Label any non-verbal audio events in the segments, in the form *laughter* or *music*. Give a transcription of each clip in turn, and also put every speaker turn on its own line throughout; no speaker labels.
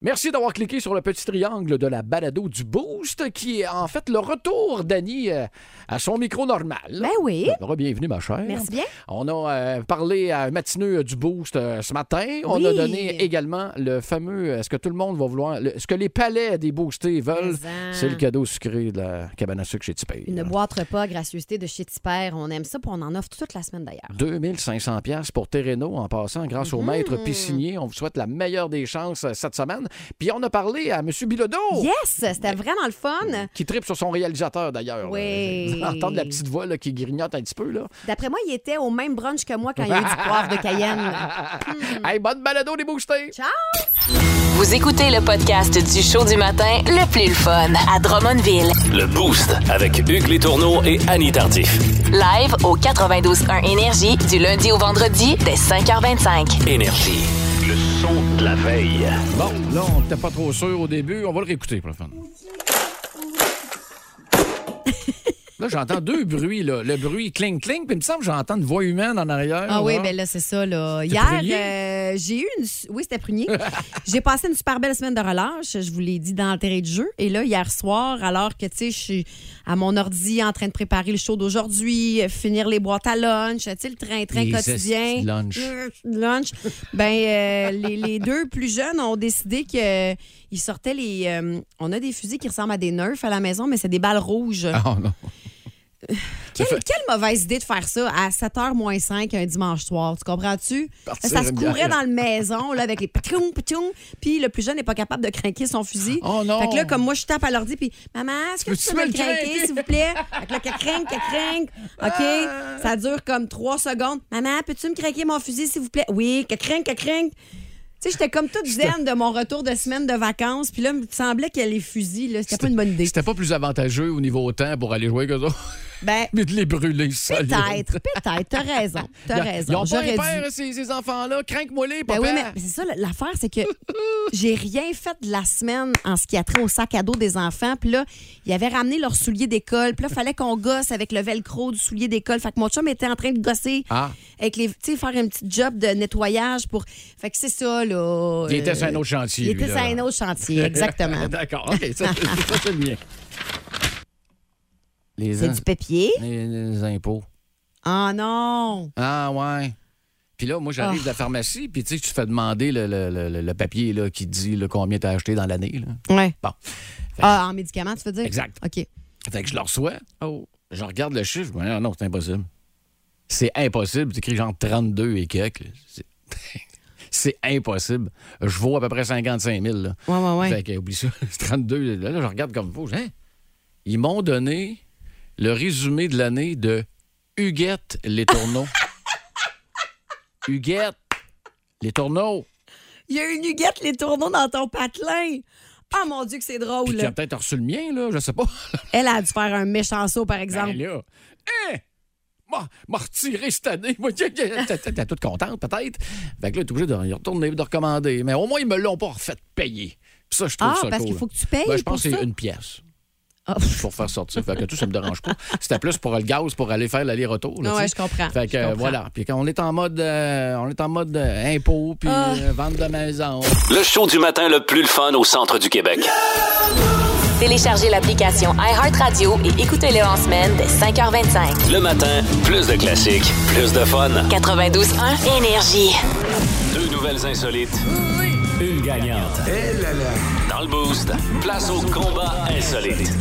Merci d'avoir cliqué sur le petit triangle de la balado du Boost, qui est en fait le retour d'Annie euh, à son micro normal.
Ben oui.
Alors, bienvenue, ma chère.
Merci bien.
On a euh, parlé à un matineux euh, du Boost euh, ce matin. On
Oui.
a donné également le fameux euh, ce que tout le monde va vouloir, le- ce que les palais des boostés veulent,
Mais en-
c'est le cadeau sucré de la cabane à sucre chez Tipeee.
Une boîte repas, gracieuseté de chez Tipper. On aime ça, puis on en offre toute la semaine d'ailleurs.
2500 pièces pour Terreno en passant grâce au maître
Mm.
piscinier. On vous souhaite la meilleure des chances euh, cette semaine. Puis on a parlé à M. Bilodeau.
Yes! C'était vraiment le fun.
Qui tripe sur son réalisateur d'ailleurs.
Oui.
*laughs* Vous entendez la petite voix là, qui grignote un petit peu. Là.
D'après moi, il était au même brunch que moi quand il y a
*laughs*
eu du poivre de Cayenne.
Mm. Hey, bonne balado des boostés!
Vous écoutez le podcast du show du matin le plus fun à Drummondville.
Le Boost avec Hugues Létourneau et Annie Tardif.
Live au 92.1 Énergie du lundi au vendredi dès 5h25.
*laughs* Énergie. Le son de la veille.
Bon, là, on n'était pas trop sûr au début. On va le réécouter pour le
*laughs*
fun. Là, j'entends deux bruits, là. Le bruit cling-cling, puis il me semble que j'entends une voix humaine en arrière.
Ah oui,
là.
ben là, c'est ça. Là.
C'était
Hier,
Prunier?
euh, j'ai eu une. su- Oui, c'était Prunier. *laughs* j'ai passé une super belle semaine de relâche. Je vous l'ai dit dans le terrain de jeu. Et là, hier soir, alors que, tu sais, je suis à mon ordi en train de préparer le show d'aujourd'hui, euh, finir les boîtes à lunch, tu sais, le train-train
Les
quotidien.
estis de lunch.
Euh, *laughs* Lunch. Ben, euh, les, les deux plus jeunes ont décidé que. euh, Ils sortaient les. euh, on a des fusils qui ressemblent à des nerfs à la maison, mais c'est des balles rouges.
Ah non.
Quelle, quelle mauvaise idée de faire ça à 7h moins 5 un dimanche soir, tu comprends-tu?
Partir
Ça se
une
courait
bière.
dans le maison là, avec les patoum, patoum, puis le plus jeune n'est pas capable de craquer son fusil.
Oh non.
Fait que là, comme moi, je tape à l'ordi, puis « Maman, est-ce que
Peux-tu
tu
me
peux
le
me
craquer? Ah!
craquer, s'il vous plaît? » Fait que là, qu'elle craque, qu'elle craque. OK, ça dure comme 3 secondes. « Maman, peux-tu me craquer mon fusil, s'il vous plaît? »« Oui, qu'elle craque, qu'elle craque. » Tu sais, j'étais comme toute zen de mon retour de semaine de vacances, puis là, il me semblait que les fusils, là, c'était pas une bonne idée.
C'était pas plus avantageux au niveau temps pour aller jouer que ça,
Ben,
*laughs* mais de les brûler, ça. *laughs*
Peut-être, peut-être. T'as raison. T'as
Ils
raison.
ont pas
J'aurais
un
dû.
père, ces, ces enfants-là. Crank-moi les,
Ben
papa.
oui, mais c'est ça, l'affaire, c'est que *laughs* j'ai rien fait de la semaine en ce qui a trait au sac à dos des enfants. Puis là, ils avaient ramené leurs souliers d'école. Puis là, fallait qu'on gosse avec le velcro du soulier d'école. Fait que mon chum était en train de gosser.
Ah.
Avec les, tu sais, faire un petit job de nettoyage pour. Fait que c'est ça, là.
Il était
euh,
sur un autre chantier.
Il
lui,
était
là.
sur un autre chantier, exactement.
*laughs* D'accord, OK, ça,
*laughs*
ça, c'est le mien. Les,
C'est
in-
du papier.
les- les impôts.
Ah non!
Ah ouais. Puis là, moi, j'arrive de
Ah.
la pharmacie, puis tu sais, tu te fais demander le, le- le- le papier là, qui dit là, combien t'as acheté dans l'année. là.
Ouais.
Bon.
Ah, en médicaments, tu veux *laughs* dire?
Exact.
OK. Oh.
Fait que je le reçois. Je regarde le chiffre, je me dis, ah non, c'est impossible. C'est impossible. C'est écrit genre 32 et quelques. là. C'est- *laughs* C'est impossible. Je vaux à peu près 55 000. Là.
Ouais, ouais, ouais.
Fait que, oublie ça. *laughs* C'est 32. Là, là, je regarde comme vous. Hein? Ils m'ont donné le résumé de l'année de Huguette Les
*laughs*
Tourneaux. Huguette Les Tourneaux.
Il y a une huguette, les tourneaux dans ton patelin. Ah mon Dieu, que c'est drôle.
Puis qui a peut-être reçu le mien, là, je sais pas. *laughs*
Elle a dû faire un méchant saut, par exemple.
Ben là, hein? M'a- M'a retiré cette année. *laughs* Moi, t'es- t'es- t'es- T'es toute contente, peut-être. Fait que là, t'es obligé de y retourner, de recommander. Mais au moins, ils me l'ont pas refait payer. Puis ça, je trouve
Ah,
ça
parce
cool.
qu'il faut que tu payes
Ben, je
pour
pense que
ça?
c'est une pièce.
Ah,
pour faire sortir. Fait que tout, ça me dérange pas. C'était plus pour le gaz, pour aller faire l'aller-retour. là,
Ah
tu
ouais,
sais.
je comprends,
Fait que
je
euh,
comprends.
voilà. Puis quand on est en mode, euh, on est en mode euh, impôt, puis
Ah.
euh, vente de maison.
Le show du matin le plus le fun au centre du Québec.
Téléchargez l'application iHeartRadio et écoutez-le en semaine dès 5h25.
Le matin, plus de classiques, plus de fun.
92.1 Énergie.
Deux nouvelles insolites. Une gagnante. Dans le Boost, place au combat insolite.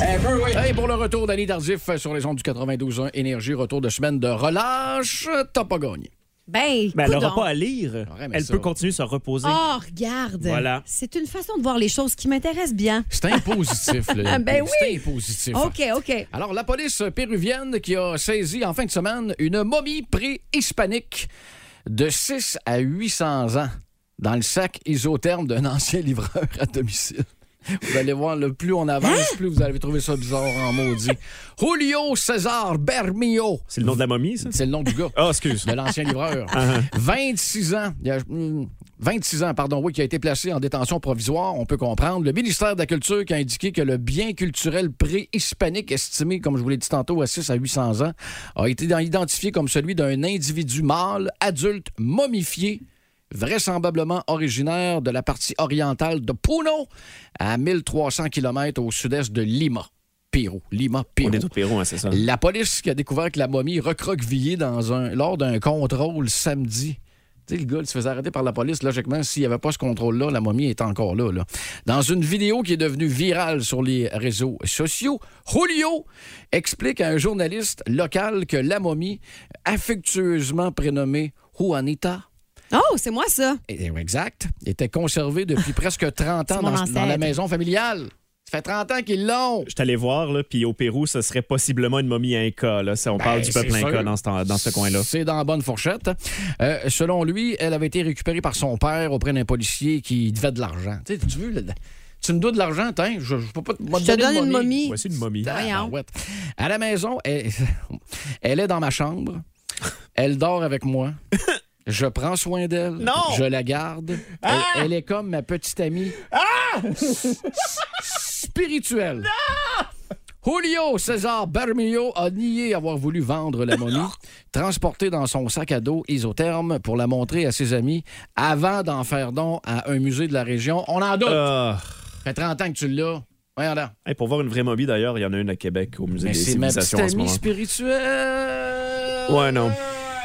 Hey, pour le retour d'Annie Tardif euh, sur les ondes du 92.1 Énergie, retour de semaine de relâche, t'as pas gagné.
Ben,
Mais elle n'aura
coudonc.
pas à lire.
Ouais, mais
Elle
ça-
peut continuer de se reposer.
Oh, regarde.
Voilà.
C'est une façon de voir les choses qui m'intéresse bien.
C'est impositif.
*laughs*
là.
Ben
C'est
oui.
impositif.
OK, OK.
hein. Alors, la police péruvienne qui a saisi en fin de semaine une momie pré-hispanique de 6 à 800 ans dans le sac isotherme d'un ancien livreur à domicile. Vous allez voir, le plus on
Hein?
avance, plus vous allez trouver ça bizarre en maudit. Julio César Bermio.
C'est le nom de la momie, ça?
C'est le nom du gars.
Ah, excuse. Ah,
De l'ancien livreur. 26 ans. Il y a, hum, 26 ans, pardon, oui, qui a été placé en détention provisoire, on peut comprendre. Le ministère de la Culture qui a indiqué que le bien culturel pré-hispanique estimé, comme je vous l'ai dit tantôt, à 6 à 800 ans, a été dans- identifié comme celui d'un individu mâle, adulte, momifié, vraisemblablement originaire de la partie orientale de Puno, à 1300 km au sud-est de Lima. Pérou. Lima, Pérou.
On est au Pérou, hein, c'est ça.
La police qui a découvert que la momie recroquevillée dans un, lors d'un contrôle samedi. Tu sais, le gars, il se faisait arrêter par la police. Logiquement, s'il n'y avait pas ce contrôle-là, la momie est encore là, là. Dans une vidéo qui est devenue virale sur les réseaux sociaux, Julio explique à un journaliste local que la momie, affectueusement prénommée Juanita,
Oh, c'est moi, ça.
eh, exact, était conservée depuis *laughs* presque 30
C'est
ans
mon
dans, dans la
ancêtre.
maison familiale. Ça fait 30 ans qu'ils l'ont.
Je suis allé voir, là, puis au Pérou, ce serait possiblement une momie inca. Là, si on parle
Ben,
du
c'est
peuple
sûr.
inca dans ce, temps- dans ce coin-là.
C'est dans la bonne fourchette. Euh, selon lui, elle avait été récupérée par son père auprès d'un policier qui devait de l'argent. Tu sais, tu veux, le- tu me dois de l'argent, tiens, je, je peux pas te, moi,
Je
te
te
donner
donne une momie.
Voici une momie.
Tabarouette. À la maison, elle, *laughs* elle est dans ma chambre. Elle dort avec moi. Je prends soin d'elle.
Non!
Je la garde. Elle- Elle, est comme ma petite amie. S- Spirituelle. Julio César Bermillo a nié avoir voulu vendre la momie,
*laughs*
transportée dans son sac à dos isotherme pour la montrer à ses amis avant d'en faire don à un musée de la région. On en doute.
Ah.
Ça fait 30 ans que tu l'as. Voyons là.
Hey, pour voir une vraie momie, d'ailleurs, il y en a une à Québec au Musée
Mais
des
c'est ma petite
civilisations en ce
amie
moment.
spirituelle.
Ouais, non.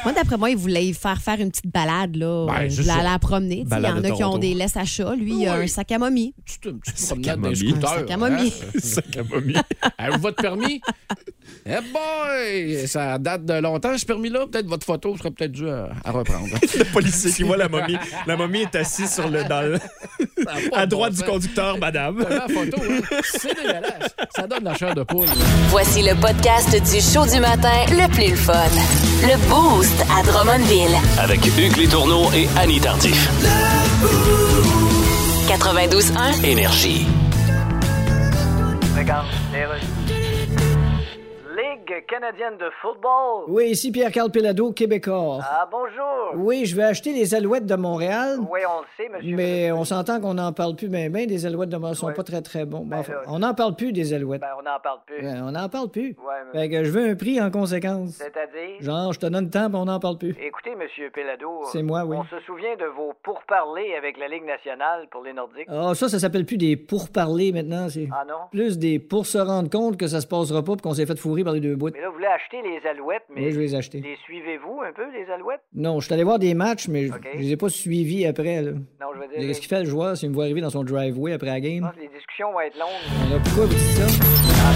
Moi, d'après moi, il voulait y faire faire une petite balade, là.
Ben,
Euh,
juste
il voulait
ça.
aller la promener. tu sais. Il y
Balade
en
de
a qui ont
Toronto.
des laisses à chat. Lui, il a
Oui.
un sac à momie.
Tu te, tu te
Sac à
promenades dans les
momie.
scooters.
Un sac à momie.
*laughs* Sac à momie.
Hein? *laughs* Avez-vous votre permis? Eh boy! Ça date de longtemps, ce permis-là. Peut-être votre photo serait peut-être due à, à reprendre.
*laughs* Le policier qui voit la momie. La momie est assise sur le, dans
*laughs*
le- *laughs* à droite du conducteur, madame.
La photo, hein? c'est dégueulasse. Ça donne la chair de poule.
Voici le podcast du show du matin le plus le fun. Le Boost à Drummondville.
Avec Hugues Létourneau et Annie Tardif.
92.1.
Énergie.
Ligue canadienne de football.
Oui, ici Pierre-Carl Pelado, Québécois.
Ah, bonjour.
Oui, je vais acheter les alouettes de Montréal,
Oui, on le sait, monsieur.
mais on s'entend qu'on n'en parle plus bien, bien. Des alouettes de Montréal sont pas très, très bons. Bon, enfin,
Ben là,
on n'en parle plus des alouettes.
Ben, on n'en parle plus.
Ouais, on n'en parle plus.
Ouais, mais-
Fait que je veux un prix en conséquence.
C'est-à-dire?
Genre, je te donne le temps, mais on n'en parle plus.
Écoutez, monsieur Pelado.
C'est moi, oui.
On se souvient de vos pourparlers avec la Ligue nationale pour les Nordiques.
Ah, ça, ça s'appelle plus des pourparlers maintenant. C'est
Ah non?
plus des pour se rendre compte que ça se passera pas pis qu'on s'est fait fourrer par les deux bouts.
Mais là, vous voulez acheter les alouettes, mais...
Oui, je vais les acheter.
Les suivez-vous un peu, les alouettes?
Non, je suis allé voir des matchs, mais je-
Ok.
je les ai pas suivis après. là.
Non, je veux dire...
Qu'est-ce qu'il fait le joueur s'il me voit arriver dans son driveway après la
Je
game? Ah,
pense que les discussions vont être longues.
Alors, pourquoi vous dites ça?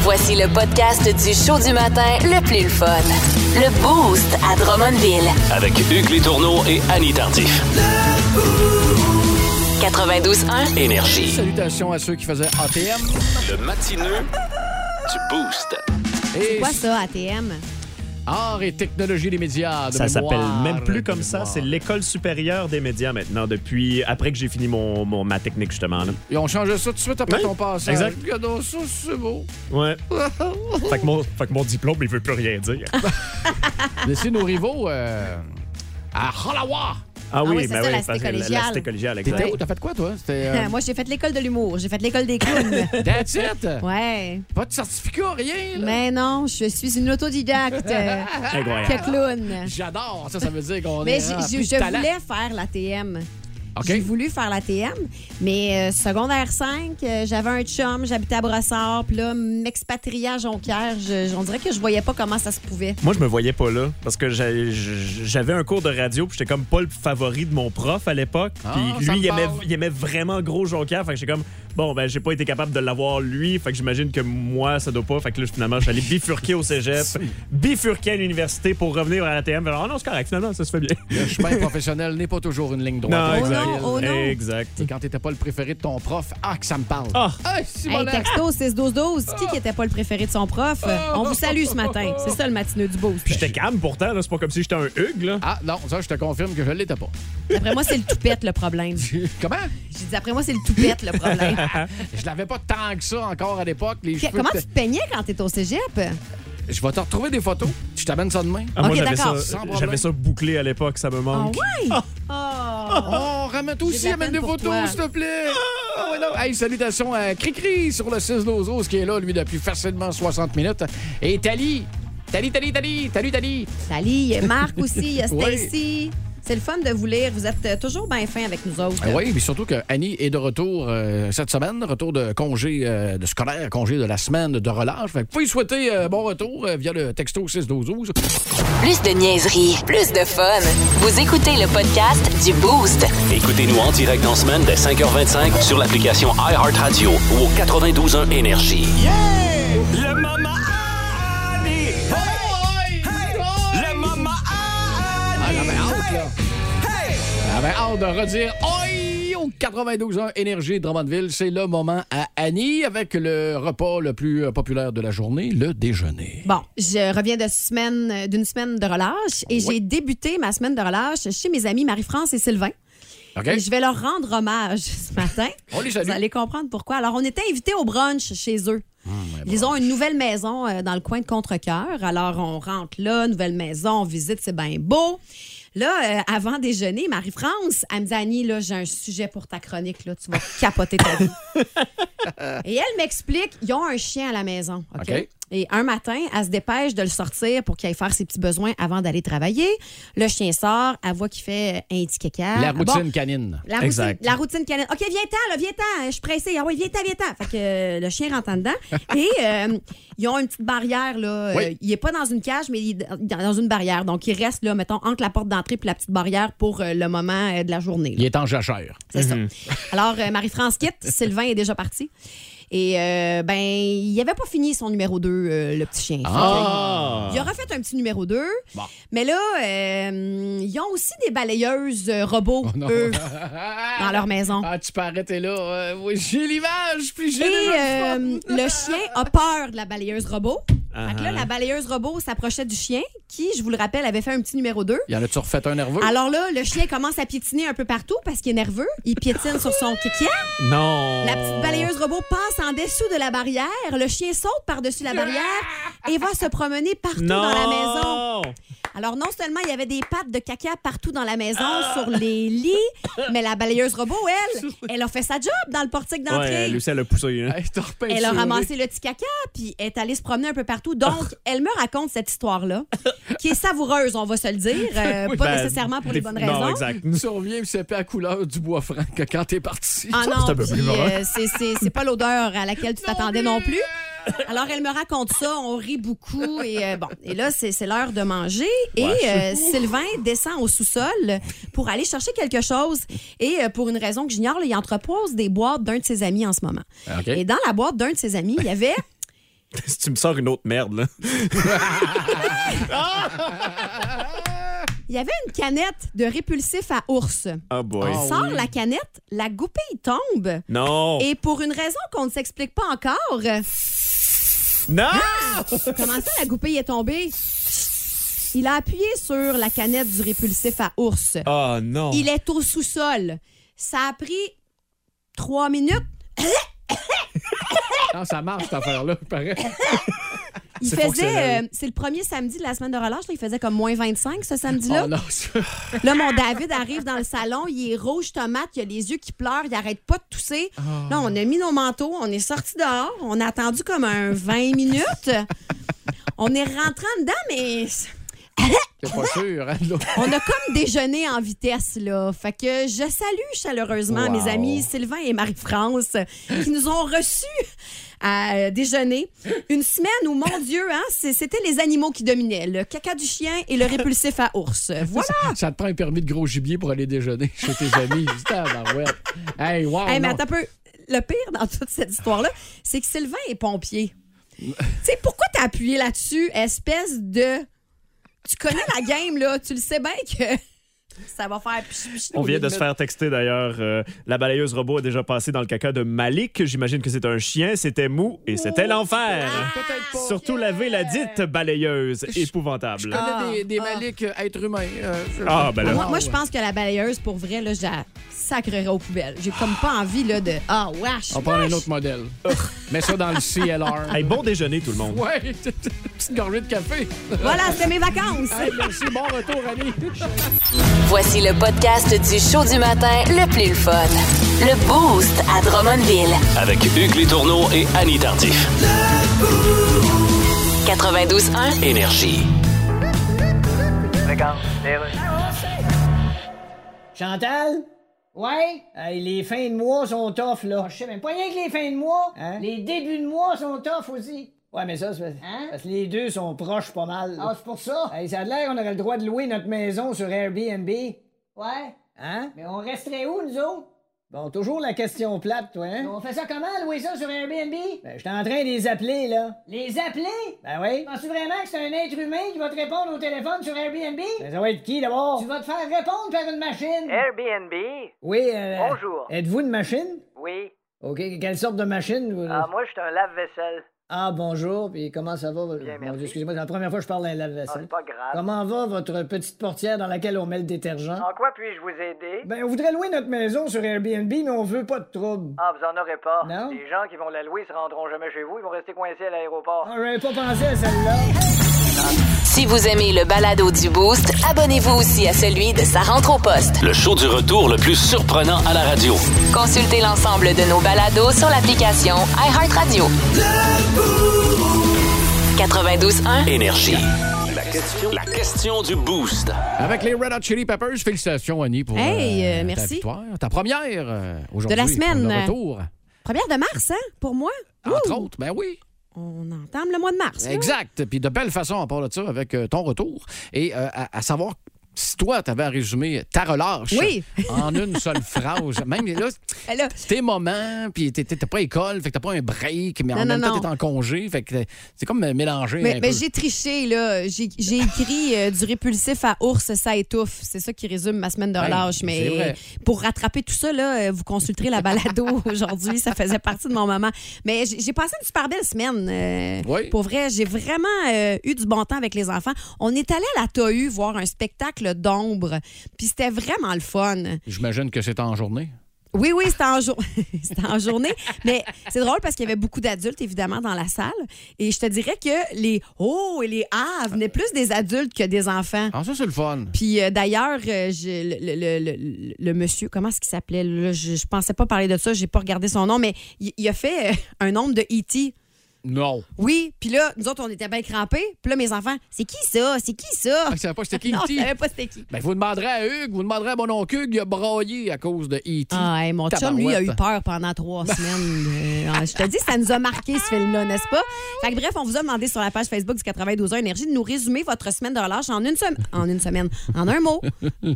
Voici le podcast du show du matin le plus le fun. Le Boost à Drummondville.
Avec Hugues Létourneau et Annie Tardif.
92.1.
Énergie.
Salutations à ceux qui faisaient ATM.
Le matineux du Boost.
Et
Quoi, ça, ATM?
Art et technologie des médias. de
Ça s'appelle
mémoire,
même plus
de
comme ça.
mémoire.
C'est l'école supérieure des médias maintenant, depuis après que j'ai fini mon, mon- ma technique, justement. là.
Ils ont changé ça tout de suite après
Oui,
ton passage.
exact.
Regardons ça, c'est beau.
Ouais. fait, que mon, fait que mon diplôme, il veut plus rien
*laughs*
dire.
Laissez nos rivaux euh, à Halawa.
Ah oui,
oui, c'est
mais
ça,
oui,
la cité
parce que La,
collégiale.
cité collégiale, exact.
T'étais où? T'as fait quoi, toi? C'était.
*laughs*
euh,
Moi, j'ai fait l'école de l'humour. J'ai fait l'école des clowns.
*laughs* That's it!
ouais.
Pas de certificat, rien! là.
Mais non, je suis une autodidacte
*laughs*
euh, que
Incroyable.
clown.
J'adore! Ça, ça veut dire qu'on
Mais
est.
j'ai-
rempli
j'ai-
de
je
talent.
voulais faire l'ATM.
OK.
J'ai voulu faire la TM, mais euh, secondaire 5, euh, j'avais un chum, j'habitais à Brossard, puis là, m'expatrier à Jonquière, je- on dirait que je voyais pas comment ça se pouvait.
Moi, je me voyais pas là parce que j'ai- j'- j'avais un cours de radio, puis j'étais comme pas le favori de mon prof à l'époque.
Ah,
Puis
ça
lui,
me
il aimait,
parle.
il aimait vraiment gros Jonquière. Fait que j'étais comme, bon, ben, j'ai pas été capable de l'avoir lui. Fait que j'imagine que moi, ça doit pas. Fait que là, finalement, je suis allé bifurquer au
*laughs*
cégep, bifurquer à l'université pour revenir à la TM. Ah non, c'est correct, finalement, ça se fait bien.
*laughs* Le chemin professionnel n'est pas toujours une ligne droite.
Non,
Oh
exact.
non, oh non.
Exact.
Et quand t'étais pas le préféré de ton prof, ah, que ça me parle!
Ah.
Hey, c'est Ah!
Hey,
bon, hein?
texto 6-12-12, qui qui était pas le préféré de son prof?
Ah!
On vous salue ce matin. C'est ça le matineux du boost.
Puis j'étais calme pourtant, là. c'est pas comme si j'étais un Hugues, là.
Ah, non, ça, je te confirme que je l'étais pas.
Après moi, c'est le toupette le problème.
*laughs* Comment?
J'ai dit, après moi, c'est le toupette le problème.
*laughs* Je l'avais pas tant que ça encore à l'époque. Les
Que-
cheveux
Comment tu
étaient-
te peignais quand t'étais
*laughs*
au cégep?
Je vais te retrouver des photos. Je t'amène ça demain.
Ah, moi,
Ok,
j'avais ça,
d'accord.
Sans problème.
j'avais ça bouclé à l'époque, ça me
Ah
manque.
ouais? Oh!
Oh, ramène
J'ai de
aussi,
la
amène des
peine pour
photos,
toi.
s'il te plaît. Ah, ouais, non. Hey, salutations à Cricri sur le 6 d'Ozos qui est là, lui, depuis facilement 60 minutes. Et Tali, Tali, Tali, Tali, Tali, Tali. *laughs*
Salut, il y a Marc aussi, il y a
Oui.
Stacy. C'est le fun de vous lire. Vous êtes euh, toujours bien fin avec nous autres.
Ah Oui, mais surtout que Annie est de retour euh, cette semaine, retour de congé euh, de scolaire, congé de la semaine de relâche. Fait que vous pouvez lui souhaiter euh, bon retour euh, via le texto 61212.
Plus de niaiserie, plus de fun. Vous écoutez le podcast du Boost.
Écoutez-nous en direct en semaine dès 5h25 sur l'application iHeartRadio ou au 92.1 Énergie. Le Mama Annie! Le Mama
Ah, j'avais hâte, là. J'avais hâte de redire Oi! Au 92 ans Énergie de Drummondville, c'est le moment à Annie avec le repas le plus euh, populaire de la journée, le déjeuner.
Bon, je reviens de semaine, euh, d'une semaine de relâche et j'ai débuté ma semaine de relâche chez mes amis Marie-France et Sylvain.
OK?
Et je vais leur rendre hommage *laughs* ce matin.
On les salue.
Vous allez comprendre pourquoi. Alors, on était invités au brunch chez eux.
Hum,
Ils ont une nouvelle maison euh, dans le coin de Contrecoeur. Alors, on rentre là, nouvelle maison, on visite, c'est bien beau. Là, euh, avant déjeuner, Marie-France, elle me dit Annie, là, j'ai un sujet pour ta chronique, là, tu vas
*laughs*
capoter ta vie. Et elle m'explique ils ont un chien à la maison. OK?
OK.
Et un matin, elle se dépêche de le sortir pour qu'il aille faire ses petits besoins avant d'aller travailler. Le chien sort, elle voit qu'il fait euh, un petit caca.
La
Ah, Bon,
routine canine.
la routine, la routine canine. OK, viens-t'en, là, viens-t'en. Je suis pressée. Ah oui, viens-t'en, viens-t'en. Fait que euh, le chien rentre
*laughs*
en dedans. Et euh, ils ont une petite barrière, là.
Oui.
Euh, il est pas dans une cage, mais il est dans dans une barrière. Donc, il reste, là, mettons, entre la porte d'entrée puis la petite barrière pour euh, le moment euh, de la journée. là.
Il est en jachère. Mhm.
C'est ça. Alors, euh,
*laughs*
Marie-France quitte. Sylvain est déjà parti. Et, euh, ben, il avait pas fini son numéro 2, le petit chien.
Ah!
Il a refait un petit numéro 2.
Bon.
Mais là, euh, ils ont aussi des balayeuses euh, robots,
*laughs*
eux, dans leur maison.
Oh Ah, tu peux arrêter là. Euh, oui, j'ai l'image, puis
Et
j'ai déjà
euh,
le fun.
le chien a peur de la balayeuse robot. Ah. Fait
Hein?
que là,
Ah.
la balayeuse robot s'approchait du chien qui, je vous le rappelle, avait fait un petit numéro 2.
Il y en a-tu refait un nerveux?
Alors là, le chien commence à piétiner un peu partout parce qu'il est nerveux. Il piétine sur son kiki.
Non.
La petite balayeuse robot passe en dessous de la barrière. Le chien saute par-dessus la barrière et va se promener partout
non.
dans la maison. Alors, non seulement il y avait des pattes de caca partout dans la maison,
Ah!
sur les lits, mais la balayeuse robot,
*laughs*
elle, elle a fait sa job dans le
Ouais,
portique d'entrée.
Lucie, elle a poussé. hein.
Hey, t'as repeinturé.
elle a ramassé le petit caca, puis elle est allée se promener un peu partout. Donc,
Ah!
elle me raconte cette histoire-là, qui est savoureuse, on va se le dire.
*laughs*
euh, pas
Ben,
nécessairement pour
des-
les bonnes
Non,
raisons.
exact.
Tu reviens, puis c'est pas à couleur du bois franc que quand t'es parti.
Ah
C'est un
non,
peu
puis,
plus marrant.
euh, c'est- c'est c'est pas l'odeur à laquelle tu t'attendais non plus. Alors, elle me raconte ça, on rit beaucoup. Et euh, bon, et là, c'est c'est l'heure de manger. Et euh, Sylvain descend au sous-sol pour aller chercher quelque chose. Et euh, pour une raison que j'ignore, là, il entrepose des boîtes d'un de ses amis en ce moment.
OK.
Et dans la boîte d'un de ses amis, il y avait
*laughs* Si tu me sors une autre merde,
*laughs*
là.
Il y avait une canette de répulsif à ours.
Ah, boy.
Ah,
Sort
oui.
la canette, la goupille tombe.
Non.
Et pour une raison qu'on ne s'explique pas encore,
Ah,
Non!
*laughs* comment ça la goupille est tombée? Il a appuyé sur la canette du répulsif à ours.
Ah, non.
Il est au sous-sol. Ça a pris trois minutes.
Non, Ah, ça marche, cette affaire-là, pareil.
Il
C'est
faisait,
fonctionnel.
euh, c'est le premier samedi de la semaine de relâche, là, il faisait comme moins 25 ce samedi-là.
Oh non, ça-
Là, mon David arrive dans le salon, il est rouge tomate, il a les yeux qui pleurent, il arrête pas de tousser. Là, on a mis nos manteaux, on est sorti dehors, on a attendu comme un 20 minutes. On est rentré en dedans, mais
T'es pas sûr, hein, de l'autre.
on a comme déjeuné en vitesse, là. Fait que je salue chaleureusement
Wow.
mes amis Sylvain et Marie-France qui nous ont reçus à euh, déjeuner. Une semaine où, mon Dieu, hein, c'est- c'était les animaux qui dominaient. Le caca du chien et le répulsif à ours. Voilà.
Ça te prend un permis de gros gibier pour aller déjeuner chez tes
*laughs*
amis. Putain, barouette. Hey, wow.
Hey,
non.
mais attends un peu. Le pire dans toute cette histoire-là, c'est que Sylvain est pompier. tu sais, pourquoi t'as appuyé là-dessus, espèce de. Tu connais la game, là. Tu le sais bien que ça va faire. pich, pich.
On vient de se faire texter d'ailleurs. euh, la balayeuse robot a déjà passé dans le caca de Malik. J'imagine que c'est un chien, c'était mou et c'était l'enfer.
Peut-être pas.
Surtout laver la dite balayeuse. Épouvantable.
Je connais
Ah,
des, des
ah.
Malik euh, êtres humains. euh, je-
Ah, ben là.
Moi, moi, je pense que la balayeuse, pour vrai, là, je la sacrerais aux poubelles. J'ai comme pas envie, là, de. Ah, wesh!
On prend un autre modèle. Mets ça dans le CLR.
Hey, bon déjeuner tout le monde.
Ouais, *laughs* petite gorgée de café.
Voilà, c'était mes vacances!
Hey, merci, bon retour, Annie.
Voici le podcast du show du matin le plus fun. Le Boost à Drummondville.
Avec Hugues Létourneau et Annie Tardif.
92.1.
Énergie.
Ben, Regarde,
Chantal? Ouais? les fins de mois sont tough, là. je sais même pas rien que les fins de mois. Les débuts de mois sont tough aussi. Ouais, mais ça, c'est parce, parce que les deux sont proches pas mal. Ah, c'est pour ça? ça a l'air qu'on aurait le droit de louer notre maison sur Airbnb. Ouais? Hein? Mais on resterait où, nous autres? Bon, toujours la question plate, toi, hein? On fait ça comment, louer ça sur Airbnb? Ben, j'étais en train de les appeler, là. Les appeler? Ben oui. Penses-tu vraiment que c'est un être humain qui va te répondre au téléphone sur Airbnb? Ben, ça va être qui, d'abord? Tu vas te faire répondre par une machine.
Airbnb?
Oui, euh,
Bonjour.
Êtes-vous une machine?
Oui.
OK, quelle sorte de machine? vous-
Ah, moi, je suis un lave-vaisselle.
Ah, bonjour, puis comment ça va? votre-
Bien,
Mon
merci.
Dieu, excusez-moi, c'est la première fois que je parle à la
Ah,
vaisselle.
c'est pas grave.
comment va votre petite portière dans laquelle on met le détergent?
En quoi puis-je vous aider?
Ben, on voudrait louer notre maison sur Airbnb, mais on veut pas de trouble.
Ah, vous en aurez pas.
Non.
Les gens qui vont la louer se rendront jamais chez vous. Ils vont rester coincés à l'aéroport.
On n'avait Ah, pas pensé à celle-là.
Si vous aimez le balado du Boost, abonnez-vous aussi à celui de Sa rentre au poste.
Le show du retour le plus surprenant à la radio.
Consultez l'ensemble de nos balados sur l'application iHeartRadio. 92.1.
Énergie. La question, la question du boost.
Avec les Red Hot Chili Peppers, félicitations, Annie, pour
Hey, euh,
ta
merci.
victoire. Ta première euh, aujourd'hui.
De la semaine.
pour le retour.
Première de mars, hein, pour moi.
Entre
Ouh!
autres, ben oui.
On entame le mois de mars. là.
Exact. Puis de belle façon, à part de ça, avec euh, ton retour. Et euh, à, à savoir si toi, t'avais à résumer ta relâche
Oui.
*laughs* en une seule phrase. Même là,
Mais là,
tes moments, puis t'es- t'es t'es pas à école, fait que t'as pas un break, mais en
Non,
même
non,
temps,
non.
t'es en congé. Fait que t'es- c'est comme euh, mélangé
mais,
un
mais
peu.
j'ai triché, là. J'ai j'ai écrit euh, du répulsif à ours, ça étouffe. C'est ça qui résume ma semaine de
Ouais,
relâche.
Ben, c'est vrai.
mais pour rattraper tout ça, là, euh, vous consulterez
*laughs*
la balado aujourd'hui. Ça faisait partie de mon moment. Mais j'ai j'ai passé une super belle semaine. euh,
Oui.
Pour vrai, j'ai vraiment euh, eu du bon temps avec les enfants. On est allé à la TAU voir un spectacle d'ombre. Puis c'était vraiment le fun.
J'imagine que c'est en journée.
Oui, oui, c'était en, jour- *laughs* c'était en journée. Mais c'est drôle parce qu'il y avait beaucoup d'adultes, évidemment, dans la salle. Et je te dirais que les oh et les ah venaient plus des adultes que des enfants.
Ah, ça, c'est le fun.
Puis euh, d'ailleurs, euh, j'ai- le, le- le- le- le monsieur, comment est-ce qu'il s'appelait? Là, je, je pensais pas parler de ça, j'ai pas regardé son nom, mais il, il a fait euh, un nombre de E.T.
Non.
Oui, puis là, nous autres, on était bien crampés. Puis là, mes enfants, c'est qui ça? C'est qui ça?
Ah, je savais pas c'était qui,
Non,
E.T.?
je savais pas c'était qui.
Ben, vous demanderez à Hugues, vous demanderez à mon oncle Hugues, il a braillé à cause de E.T.
Ah, hey, mon chum, lui, a eu
Tabarouette.
peur
*laughs*
pendant trois semaines. Euh, je te dis, ça nous a marqué, ce film-là, n'est-ce pas? Fait que bref, on vous a demandé sur la page Facebook du 92 heures Énergie de nous résumer votre semaine de relâche en une, sem- en une semaine,
*laughs*
en un mot.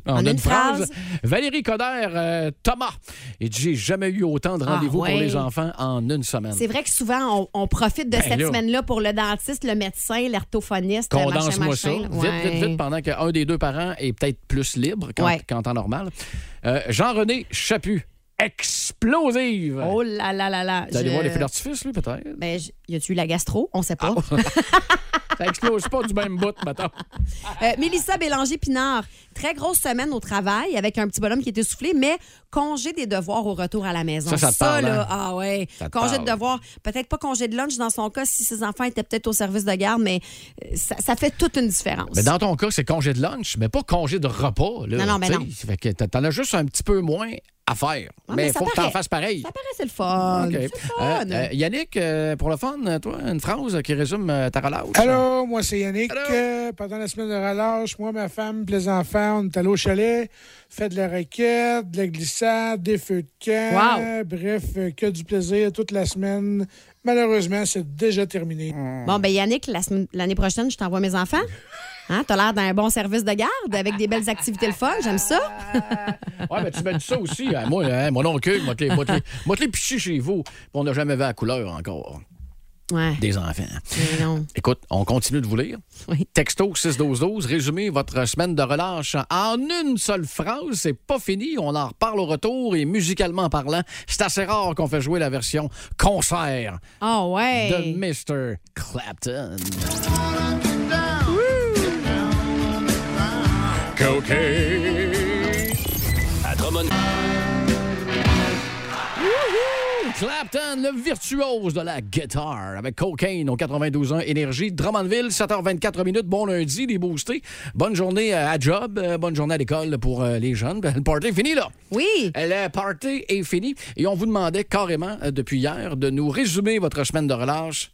en,
une
une phrase.
phrase.
Valérie Coderre, euh, Thomas. Et j'ai jamais eu autant de
Ah,
rendez-vous pour
ouais.
les enfants en une semaine.
C'est vrai que souvent, on, on profite de cette
Ben là.
semaine-là pour le dentiste, le médecin, l'orthophoniste, machin,
Condense-moi ça.
machin. Ouais.
Vite, vite, vite, pendant qu'un des deux parents est peut-être plus libre qu'en
Ouais.
qu'en temps normal. Euh, Jean-René Chaput, explosive.
Oh là là là là.
Vous allez
Je-
voir les feux d'artifice, lui, peut-être. Ah,
Ben, je- y a-tu eu la gastro? On sait pas.
*laughs* Ça explose pas du même bout, maintenant.
Euh, Mélissa Bélanger-Pinard, très grosse semaine au travail avec un petit bonhomme qui est essoufflé, mais congé des devoirs au retour à la maison.
Ça, ça te parle,
là,
hein?
ah ouais.
Ça te
Congé de
parle.
devoirs, peut-être pas congé de lunch dans son cas si ses enfants étaient peut-être au service de garde, mais euh, ça, ça fait toute une différence.
Mais dans ton cas, c'est congé de lunch, mais pas congé de repas. Là,
Non, non, mais
T'sais,
non.
Fait que t'en t'en as juste un petit peu moins à faire.
Ouais,
mais
mais
il
ça
faut que t'en
paraît.
fasses pareil.
Ça paraissait le fun.
OK.
C'est le fun.
Euh, euh, Yannick, euh, pour le fun, toi, une phrase qui résume euh, ta relâche.
*laughs*
Allô, moi c'est Yannick.
Allô?
Euh, pendant la semaine de relâche, moi, ma femme, puis les enfants, on est allés au chalet, fait de la raquette, de la glissade, des feux de camp.
Wow.
Bref, euh, que du plaisir toute la semaine. Malheureusement, c'est déjà terminé.
Bon, ben Yannick, la semaine- l'année prochaine, je t'envoie mes enfants. Hein, t'as l'air d'un bon service de garde avec des belles activités le fun, j'aime ça.
Ouais, mais tu m'as dit ça aussi. hein. moi, hein, mon oncle, moi, te les- moi, te les- moi,
*laughs*
te les pichis chez vous. Puis On n'a jamais vu la couleur encore
Ouais,
des enfants.
mais non.
Écoute, on continue de vous lire.
Oui.
Texto 61212, résumez votre semaine de relâche en une seule phrase. C'est pas fini. On en reparle au retour et musicalement parlant, c'est assez rare qu'on fait jouer la version concert
Ah ouais.
de Mr. Clapton.
À Drummond.
Clapton, le virtuose de la guitare avec Cocaine au 92 ans Énergie. Drummondville, 7h24 minutes. Bon lundi, les boostés. Bonne journée euh, à job, euh, bonne journée à l'école pour euh, les jeunes. *laughs* Ben, Le party est fini, là.
Oui.
Le party est fini. Et on vous demandait carrément, euh, depuis hier, de nous résumer votre semaine de relâche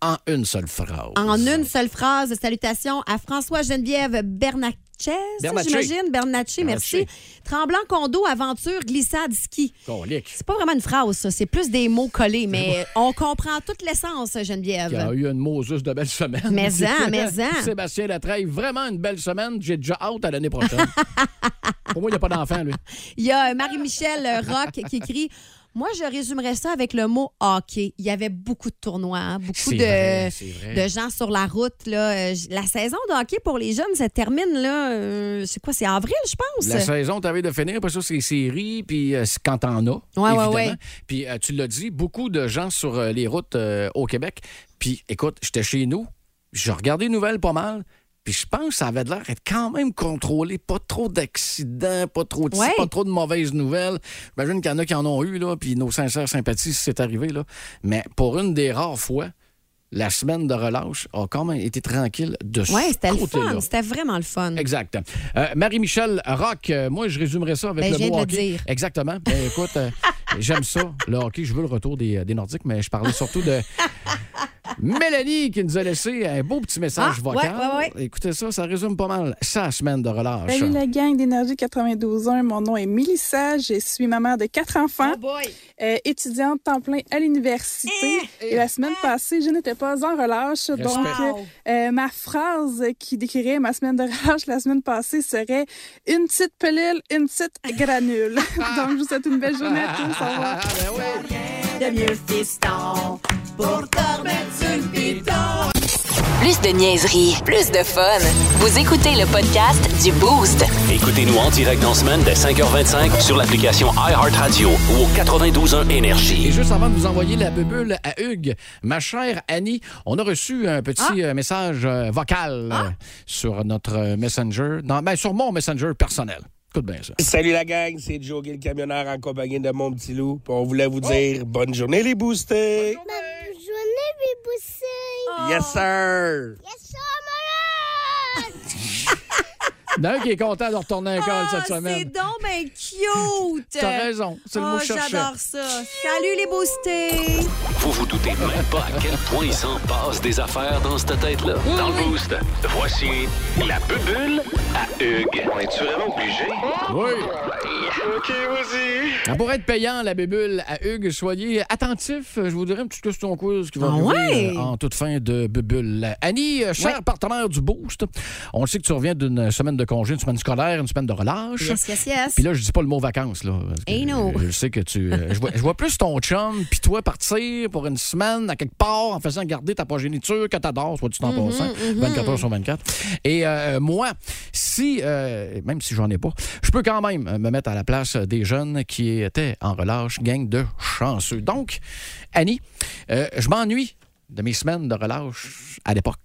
en une seule phrase.
En une seule phrase, salutations à François Geneviève Bernac
Bernatchez.
j'imagine. Bernatchez, merci.
Bernatchez.
Tremblant, condo, aventure, glissade, ski.
Colique.
C'est pas vraiment une phrase, ça. C'est plus des mots collés, mais on comprend toute l'essence, Geneviève.
qui a eu une Moses de belle semaine.
Ah, ben.
*laughs*
Mais en, mais en.
Sébastien Latraille, vraiment une belle semaine. J'ai déjà hâte à l'année
*laughs*
prochaine. Pour moi, il n'y a pas d'enfant, lui.
Il y a euh,
*laughs*
Marie-Michel euh, Rock qui écrit Moi, je résumerais ça avec le mot hockey. Il y avait beaucoup de tournois, hein, beaucoup
C'est
de,
vrai, c'est vrai.
de gens sur la route. Là. Euh, j- La saison de hockey pour les jeunes, ça termine, là. euh, c'est quoi C'est avril, je pense.
La saison, t'avais de finir, après ça, c'est les séries, puis euh, c'est quand t'en as,
ouais,
évidemment.
ouais.
Puis euh, tu l'as dit, beaucoup de gens sur euh, les routes euh, au Québec. Puis écoute, j'étais chez nous, j'ai regardé les nouvelles pas mal, puis je pense que ça avait de l'air d'être quand même contrôlé. Pas trop d'accidents, pas trop de ci,
Ouais.
pas trop de mauvaises nouvelles. J'imagine qu'il y en a qui en ont eu, là, puis nos sincères sympathies si c'est arrivé, là. Mais pour une des rares fois, la semaine de relâche a quand même été tranquille de ce
Oui, c'était le
côté-là.
fun. C'était vraiment le fun.
Exact. Euh, Marie-Michel Rock, euh, moi, je résumerais ça avec
Ben,
le
je viens
mot
de le
hockey.
dire.
Exactement. Ben,
*laughs*
écoute, euh, j'aime ça, le hockey. Je veux le retour des, des Nordiques, mais je parlais surtout de Mélanie qui nous a laissé un beau petit message
Ah,
vocal.
ouais, ouais, Ben,
Écoutez ça, ça résume pas mal sa semaine de relâche.
Salut la gang d'énergie 92.1, mon nom est Mélissa, je suis ma mère de quatre enfants,
Oh boy.
euh, étudiante temps plein à l'université
Eh,
et la semaine passée, je n'étais pas en relâche, donc
Respect.
euh, euh, ma phrase qui décrirait ma semaine de relâche la semaine passée serait « une petite pelule, une petite granule ».
*laughs*
*laughs* Donc je vous souhaite une belle journée à tous, au
Ah,
revoir.
ben
Plus de niaiserie, plus de fun. Vous écoutez le podcast du Boost.
Écoutez-nous en direct dans la semaine dès 5h25 sur l'application iHeartRadio ou au 92.1
Et
Énergie.
juste avant de vous envoyer la bubule à Hugues, ma chère Annie, on a reçu un petit
Ah.
euh, message euh, vocal euh, sur notre euh, Messenger, non, ben, sur mon Messenger personnel. Écoute bien ça.
Salut la gang, c'est Joe le camionneur en compagnie de mon petit loup. Puis On voulait vous dire bonne journée les boostés.
Oh.
Yes sir.
Il y en a un qui est content de retourner à l'école cette
Ah, c'est
semaine.
donc ben cute.
*laughs* T'as raison, c'est le mot
oh,
que je cherchais.
j'adore ça. Salut les boostés.
Vous vous doutez même pas à quel point il s'en passe des affaires dans cette tête-là. Dans le boost, voici la bubule à Hugues. On est-tu vraiment obligé?
Oui.
OK, vas-y.
Ça pourrait être payant, la bubule *laughs* à Hugues. Soyez attentifs. Je vous dirai un petit question quiz qui va
Ah
arriver
ouais?
euh, en toute fin de bubule. Annie, euh, cher partenaire du Boost, on le sait que tu reviens d'une semaine de congé, une semaine scolaire, une semaine de relâche.
Yes, yes, yes.
Puis là, je dis pas le mot vacances, là. parce que,
Eh non.
euh, Je sais que tu. euh, je, vois, je vois plus ton chum, puis toi partir pour une semaine à quelque part en faisant garder ta progéniture que t'adores, soit du temps
Mm-hmm,
passant, 24 heures sur 24. Et euh, moi, si, euh, même si j'en ai pas, je peux quand même euh, me mettre à la place des jeunes qui étaient en relâche, gang de chanceux. Donc, Annie, euh, je m'ennuie de mes semaines de relâche à l'époque.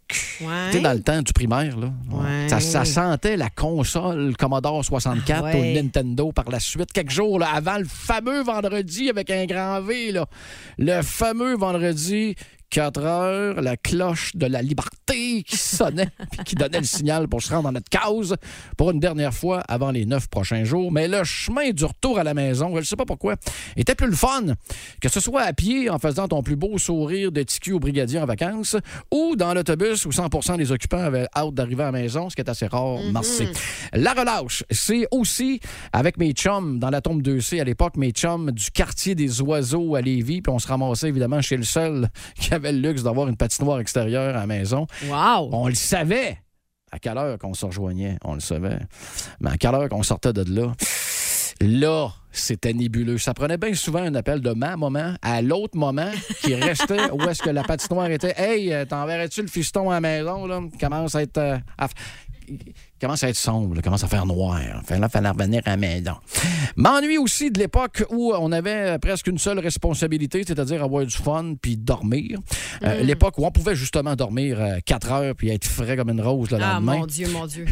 Ouais.
Tu sais, dans le temps du primaire, là,
Ouais.
ça, ça sentait la console Commodore 64
Ah ouais.
au Nintendo par la suite. Quelques jours là, avant le fameux vendredi avec un grand V, là, le fameux vendredi 4 heures, la cloche de la liberté qui sonnait *laughs* puis qui donnait le signal pour se rendre dans notre cause pour une dernière fois avant les neuf prochains jours. Mais le chemin du retour à la maison, je ne sais pas pourquoi, était plus le fun. Que ce soit à pied en faisant ton plus beau sourire de ticu au brigadier en vacances ou dans l'autobus où 100 des occupants avaient hâte d'arriver à la maison, ce qui est assez rare, merci. La relâche, c'est aussi avec mes chums dans la tombe 2C à l'époque, mes chums du quartier des oiseaux à Lévis, puis on se ramassait évidemment chez le seul *laughs* qui avait le luxe d'avoir une patinoire extérieure à la maison.
Wow.
On le savait à quelle heure qu'on se rejoignait, on le savait. Mais à quelle heure qu'on sortait de là, là, c'était nébuleux. Ça prenait bien souvent un appel de ma moment à l'autre moment qui restait où est-ce que la patinoire était. Hey, euh, t'enverrais-tu le fiston à la maison, là? Commence à être. euh, à f- Commence à être sombre, là, commence à faire noir. Fait là, fallait revenir à la maison. M'ennuie aussi de l'époque où on avait presque une seule responsabilité, c'est-à-dire avoir du fun puis dormir.
Hmm.
Euh, L'époque où on pouvait justement dormir 4 heures puis être frais comme une rose le
Ah,
lendemain.
mon Dieu, mon Dieu.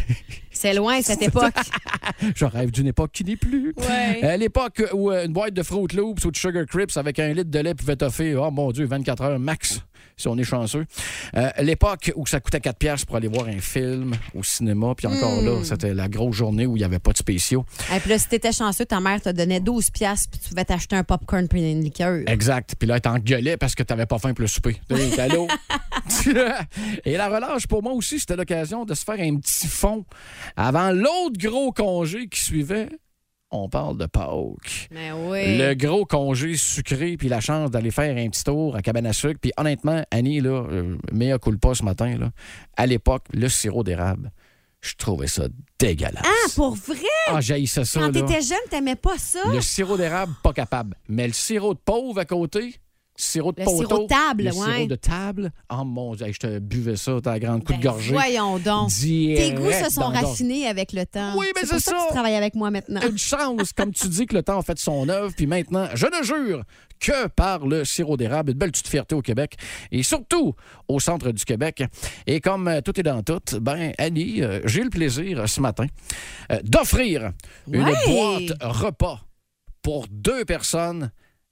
C'est
*laughs*
loin, cette époque.
Je rêve d'une époque qui n'est plus.
Ouais.
À l'époque où euh, une boîte de Fruit Loops ou de Sugar Crips avec un litre de lait pouvait t'offrir, oh mon Dieu, 24 heures max, si on est chanceux. Euh, l'époque où ça coûtait 4 piastres pour aller voir un film au cinéma, puis encore là, c'était la grosse journée où il n'y avait pas de spéciaux.
Et puis là, si t'étais chanceux, ta mère te donnait 12 piastres, puis tu pouvais t'acheter un popcorn puis une liqueur.
Exact. Puis là, t'engueulais parce que t'avais pas faim pour le souper. T'as dit, Allô? Et la relâche, pour moi aussi, c'était l'occasion de se faire un petit fond avant l'autre gros congé qui suivait. On parle de Pâques.
Mais oui.
Le gros congé sucré, puis la chance d'aller faire un petit tour à cabane à sucre. Puis honnêtement, Annie, là, euh, mea culpa ce matin, là, à l'époque, le sirop d'érable, je trouvais ça dégueulasse.
Ah, pour vrai?
Ah, j'haïssais ça,
Quand
là.
t'étais jeune, t'aimais pas ça?
Le sirop d'érable, pas capable. Mais le sirop de pauvre à côté, sirop de
Le
poteau.
sirop de table,
le
ouais. Ben,
sirop de table. Oh mon Dieu, hey, je te buvais ça, t'as la grande coup de gorgée.
Voyons donc. Tes
Direct
goûts se sont
dans le dos.
raffinés avec le temps.
Oui, mais
pour
c'est
que
ça.
tu travailles avec moi maintenant.
Une chance, comme tu dis que le temps a fait son œuvre, puis maintenant, je ne jure que par le sirop d'érable. Une belle petite fierté au Québec, et surtout au centre du Québec. Et comme euh, tout est dans tout, ben Annie, euh, j'ai le plaisir euh, ce matin euh, d'offrir une
Ouais.
boîte repas pour deux personnes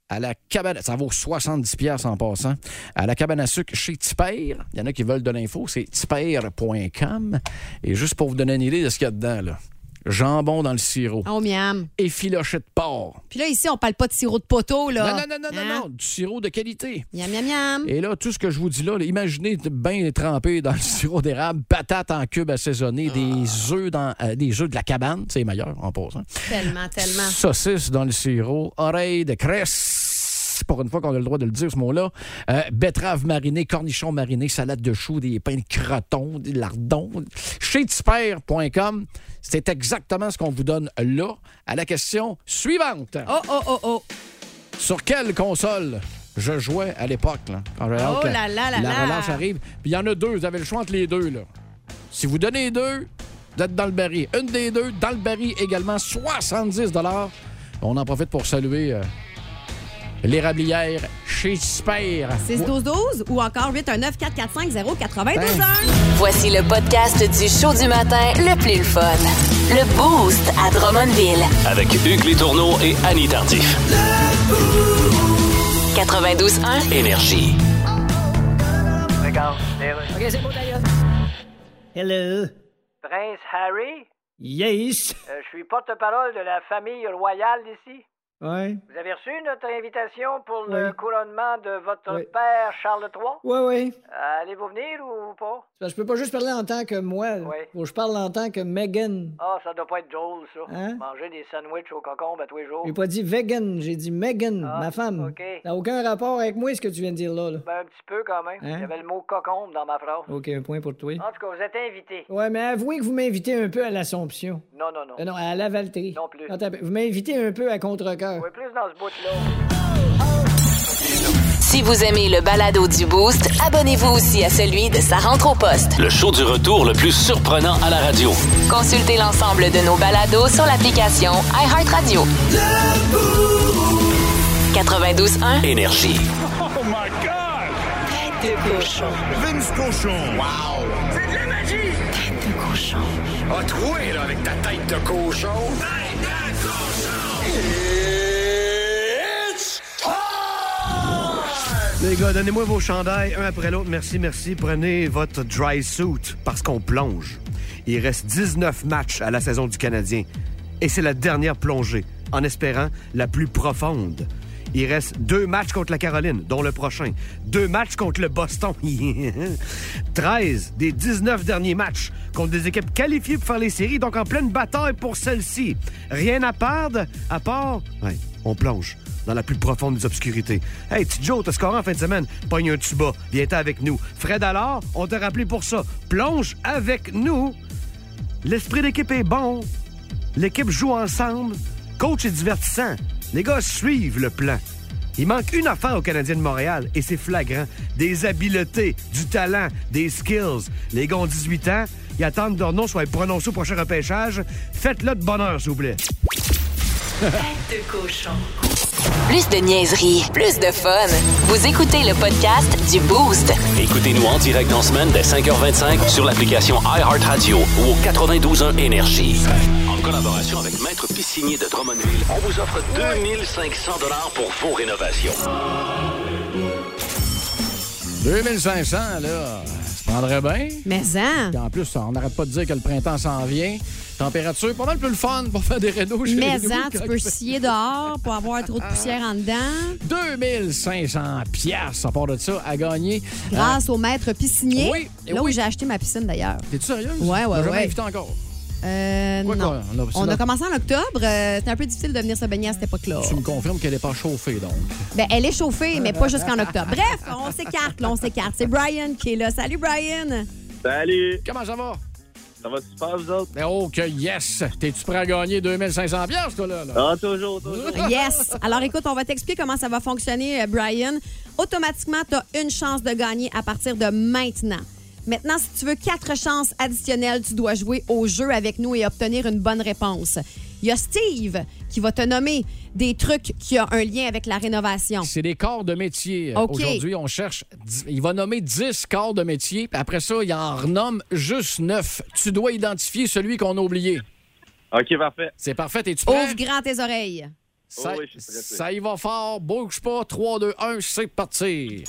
à la cabane. Ça vaut 70 pièces en passant. À la cabane à sucre chez Tiper. Il y en a qui veulent de l'info, c'est tiper.com. Et juste pour vous donner une idée de ce qu'il y a dedans, là. Jambon dans le sirop.
Oh, miam.
Et filoché de porc.
Puis là, ici, on parle pas de sirop de poteau, là. Hein?
Non, non, non, non, non, non, du sirop de qualité.
Miam, miam, miam.
Et là, tout ce que je vous dis là, là, imaginez bien trempé dans le *laughs* sirop d'érable, patates en cubes
Ah.
assaisonnées, des œufs dans euh, des œufs de la cabane, c'est meilleur en passant.
Tellement, tellement.
Saucisse dans le sirop, oreille de cresse, pour une fois qu'on a le droit de le dire ce mot-là, euh, betterave marinée, cornichon mariné, salade de choux, des pains de croton, des lardons. Chez tiper.com, c'est exactement ce qu'on vous donne là à la question suivante.
Oh, oh, oh, oh.
Sur quelle console je jouais à l'époque, là, quand j'avais
Oh
hâte que
là là
la
là là.
relâche arrive. Puis il y en a deux, vous avez le choix entre les deux, là. Si vous donnez les deux, vous êtes dans le baril. Une des deux, dans le baril également, 70 On en profite pour saluer euh, l'érablière chez Super.
6-12-12 ou encore 819 445 092
Voici le podcast du show du matin le plus le fun. Le Boost à Drummondville.
Avec Hugues Létourneau et Annie Tardif.
92.1.
Énergie.
Regarde.
OK, c'est bon, d'ailleurs. Hello.
Prince Harry,
Yes.
euh, je suis porte-parole de la famille royale d'ici.
Ouais.
Vous avez reçu notre invitation pour le
Oui.
couronnement de
Oui.
votre père Charles III?
Ouais, ouais.
Euh, Allez-vous venir ou pas?
C'est parce que Je peux pas juste parler en tant que moi. là. Faut que je parle en tant que Megan.
Ah, ça doit pas être drôle, ça.
Hein?
Manger des sandwichs au concombre à tous les jours.
J'ai pas dit vegan, j'ai dit Megan, ma femme.
Oh. Ah, OK.
Ça n'a aucun rapport avec moi ce que tu viens de dire là. là.
Ben, un petit peu quand même.
Hein?
Il y avait le mot cocombe dans ma phrase.
OK, un point pour toi.
En tout cas, vous êtes invité.
Ouais, mais avouez que vous m'invitez un peu à l'Assomption.
Non, non, non.
Euh, non, à la Valterie. Non
plus.
t'as- vous m'invitez un peu à contre-cœur.
Ouais, plus dans ce bout-là.
Si vous aimez le balado du Boost, abonnez-vous aussi à celui de sa rentre au poste.
Le show du retour le plus surprenant à la radio.
Consultez l'ensemble de nos balados sur l'application iHeartRadio. 92.1.
Énergie.
Oh my God! Tête de cochon. Vince cochon. Wow! C'est de la magie! Tête de cochon. A troué, là, avec ta tête de cochon. Tête de cochon! It's
Les gars, donnez-moi vos chandails un après l'autre. Merci, merci. Prenez votre dry suit parce qu'on plonge. Il reste 19 matchs à la saison du Canadien. Et c'est la dernière plongée, en espérant la plus profonde. Il reste deux matchs contre la Caroline, dont le prochain. Deux matchs contre le Boston. *laughs* 13 des 19 derniers matchs contre des équipes qualifiées pour faire les séries, donc en pleine bataille pour celle-ci. Rien à perdre, à part... Ouais, on plonge dans la plus profonde des obscurités. Hey, petit Joe, t'as scoré en fin de semaine. Pogne un tuba. Viens-t'en avec nous. Fred alors, on t'a rappelé pour ça. Plonge avec nous. L'esprit d'équipe est bon. L'équipe joue ensemble. Coach est divertissant. Les gars suivent le plan. Il manque une affaire aux Canadiens de Montréal et c'est flagrant. Des habiletés, du talent, des skills. Les gars ont 18 ans. Ils attendent que leur nom soit prononcé au prochain repêchage. Faites-le de bonheur, s'il vous plaît.
Tête de cochon. Plus de niaiserie, plus de fun. Vous écoutez le podcast du Boost.
Écoutez-nous en direct dans la semaine dès 5h25 sur l'application iHeartRadio ou au 92.1 Énergie. En collaboration avec Maître Piscinier de Drummondville, on vous offre 2500 pour vos rénovations.
2500, là, ça prendrait bien.
Mais hein? ça.
en plus, on n'arrête pas de dire que le printemps s'en vient. Température pas mal plus le fun pour faire des rénaux chez
Mais
nous
hein, tu
quand-
peux scier dehors pour avoir trop de poussière en dedans.
2500 pièces à part de ça à gagner.
Grâce au maître piscinier.
Oui, et
là où
oui.
j'ai acheté ma piscine d'ailleurs.
T'es sérieuse?
Ouais,
On
ouais,
l'a jamais
ouais.
invité encore.
Euh,
Quoi
non.
qu'on- on a-
On
sinon-
a commencé en octobre. euh, C'était un peu difficile de venir se baigner à cette époque-là.
Tu me confirmes qu'elle n'est pas chauffée, donc.
Ben, elle est chauffée, mais pas jusqu'en octobre. Bref, on s'écarte, là, on s'écarte. C'est Brian qui est là. Salut, Brian.
Salut!
Comment ça va?
Ça va super, vous autres?
Ben, oh, que yes! T'es-tu prêt à gagner 2500 pièces, toi, là? là?
Ah, toujours, toujours.
*laughs* Yes. Alors, écoute, on va t'expliquer comment ça va fonctionner, euh, Brian. Automatiquement, tu as une chance de gagner à partir de maintenant. Maintenant, si tu veux quatre chances additionnelles, tu dois jouer au jeu avec nous et obtenir une bonne réponse. Il y a Steve qui va te nommer des trucs qui ont un lien avec la rénovation.
C'est des corps de métier.
OK.
Aujourd'hui, on cherche. dix- Il va nommer 10 corps de métier, puis après ça, il en renomme juste 9. Tu dois identifier celui qu'on a oublié.
OK, parfait.
C'est parfait. Es-tu prêt?
Ouvre grand tes oreilles.
Oh
Ça, ça y va fort. Bouge pas. 3, 2, 1, c'est parti.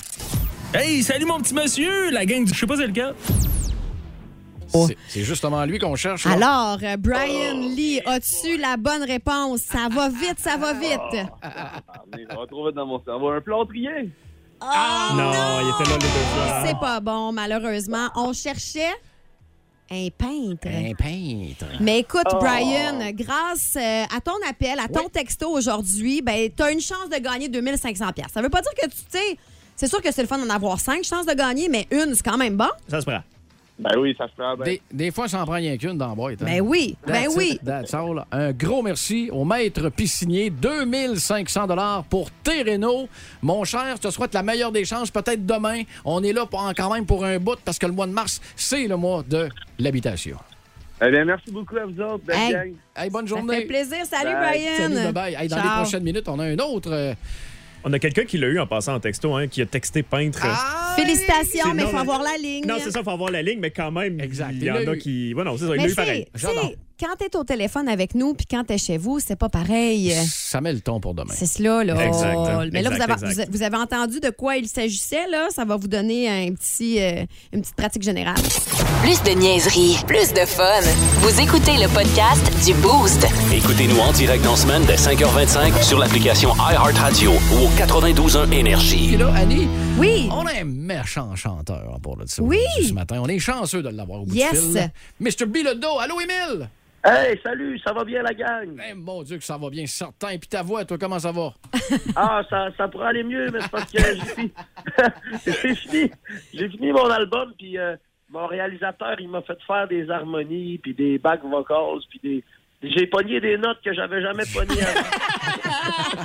Hey, salut mon petit monsieur, la gang du je sais pas c'est lequel.
C'est- C'est justement lui qu'on cherche. là.
Alors, euh, Brian Lee, as-tu la bonne réponse? Ça va vite, ça va vite.
Ah, On va trouver dans mon cerveau un plâtrier.
Ah,
non, il était là les deux fois.
C'est pas bon, malheureusement. On cherchait un peintre.
Un peintre.
Mais écoute,
Oh.
Brian, grâce euh, à ton appel, à ton texto aujourd'hui, ben, tu as une chance de gagner 2500 pièces. Ça veut pas dire que tu sais, c'est sûr que c'est le fun d'en avoir cinq chances de gagner, mais une, c'est quand même bon.
Ça se prend.
Ben oui, ça se prend.
Des, des fois, ça en prend rien qu'une dans la boîte. hein.
Ben oui, ben
That's
oui.
it, that's all. Un gros merci au maître piscinier. 2500 pour tes rénaux. Mon cher, je te souhaite la meilleure des chances. Peut-être demain. On est là pour- quand même pour un bout parce que le mois de mars, c'est le mois de l'habitation.
Eh bien, merci beaucoup à vous autres, belle
Hey.
gang.
Hey, bonne
Ça
journée.
fait plaisir. Salut,
Bye.
Brian.
Salut, bye-bye. Hey, dans les
Ciao.
prochaines minutes, on a un autre. euh,
On a quelqu'un qui l'a eu en passant en texto, hein, qui a texté peintre.
Félicitations,
C'est
mais
non,
il Ah, faut
mais-
avoir la ligne.
Non, c'est ça, il faut avoir la ligne, mais quand même, il y
Il
en
l'a
a
eu.
qui. Ouais, non, c'est ça, il
Mais
l'a eu
tu sais,
pareil.
tu sais, quand t'es au téléphone avec nous, puis quand t'es chez vous, c'est pas pareil.
Ça met le ton pour demain.
C'est cela, là.
Exact.
Mais là, vous
Exact,
avez,
exact.
vous- vous avez entendu de quoi il s'agissait, là. Ça va vous donner un petit, euh, une petite pratique générale.
Plus de niaiserie, plus de fun. Vous écoutez le podcast du Boost.
Écoutez-nous en direct dans la semaine dès 5h25 sur l'application iHeartRadio ou au 92.1 Énergie.
Puis là, Annie,
oui.
on a un méchant chanteur à part de ça.
Oui.
Ce matin, on est chanceux de l'avoir au bout
Yes.
du fil. là. Mr. Bilodeau, allô, Émile?
Hey, salut, ça va bien, la gang?
Eh, mon Dieu que ça va bien, certain. Puis ta voix, toi, comment ça va?
*laughs* Ah, ça, ça pourrait aller mieux, mais c'est
*laughs*
parce que j'ai fini, *laughs* j'ai fini, j'ai fini mon album, puis euh, mon réalisateur, il m'a fait faire des harmonies, puis des back vocals, puis des... J'ai pogné des notes que j'avais jamais pognées avant.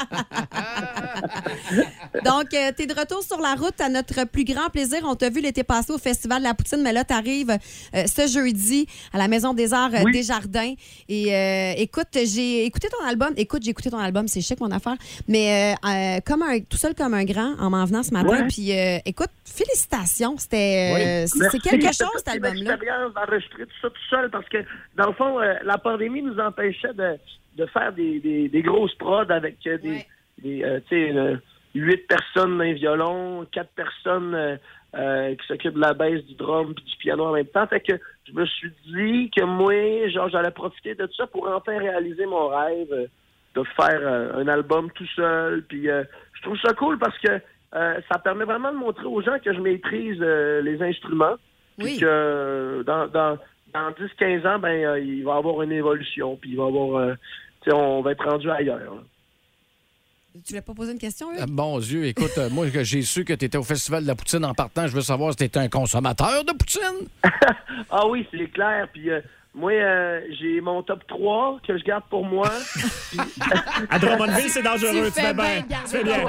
Donc, euh, t'es de retour sur la route à notre plus grand plaisir. On t'a vu l'été passé au Festival de la Poutine, mais là, t'arrives euh, ce jeudi à la Maison des Arts euh,
Oui.
des Jardins. Et euh, écoute, j'ai écouté ton album. Écoute, j'ai écouté ton album, c'est chic mon affaire. Mais euh, euh, comme un, tout seul comme un grand en m'en venant ce matin.
Ouais.
Puis euh, écoute, félicitations. C'était, euh, c'est-
Merci.
c'est quelque
C'était
chose,
*laughs*
cet
une
album-là.
expérience d'enregistrer tout ça tout seul parce que, dans le fond, euh, la pandémie nous empêchait de, de faire des, des- des grosses prods avec euh, des, des, euh, tu sais, euh, huit personnes d'un violon, quatre personnes euh, euh, qui s'occupent de la baisse, du drum puis du piano en même temps. Fait que je me suis dit que moi, genre, j'allais profiter de tout ça pour enfin réaliser mon rêve euh, de faire euh, un album tout seul. Puis euh, je trouve ça cool parce que euh, ça permet vraiment de montrer aux gens que je maîtrise euh, les instruments. Puis que euh, dans, dans, dans 10-15 ans, ben, euh, il va y avoir une évolution. Puis il va y avoir. euh, tu sais, on va être rendu ailleurs. là.
Tu voulais pas poser une question, Hugues?
Euh, Mon Dieu, écoute, euh, moi, que j'ai su que tu étais au Festival de la Poutine en partant. Je veux savoir si tu un consommateur de Poutine.
*laughs* Ah oui, c'est clair. Puis euh, moi, euh, j'ai mon top 3 que je garde
*laughs*
pour moi.
À Drummondville,
*laughs*
c'est dangereux, tu fais bien. Tu fais bien.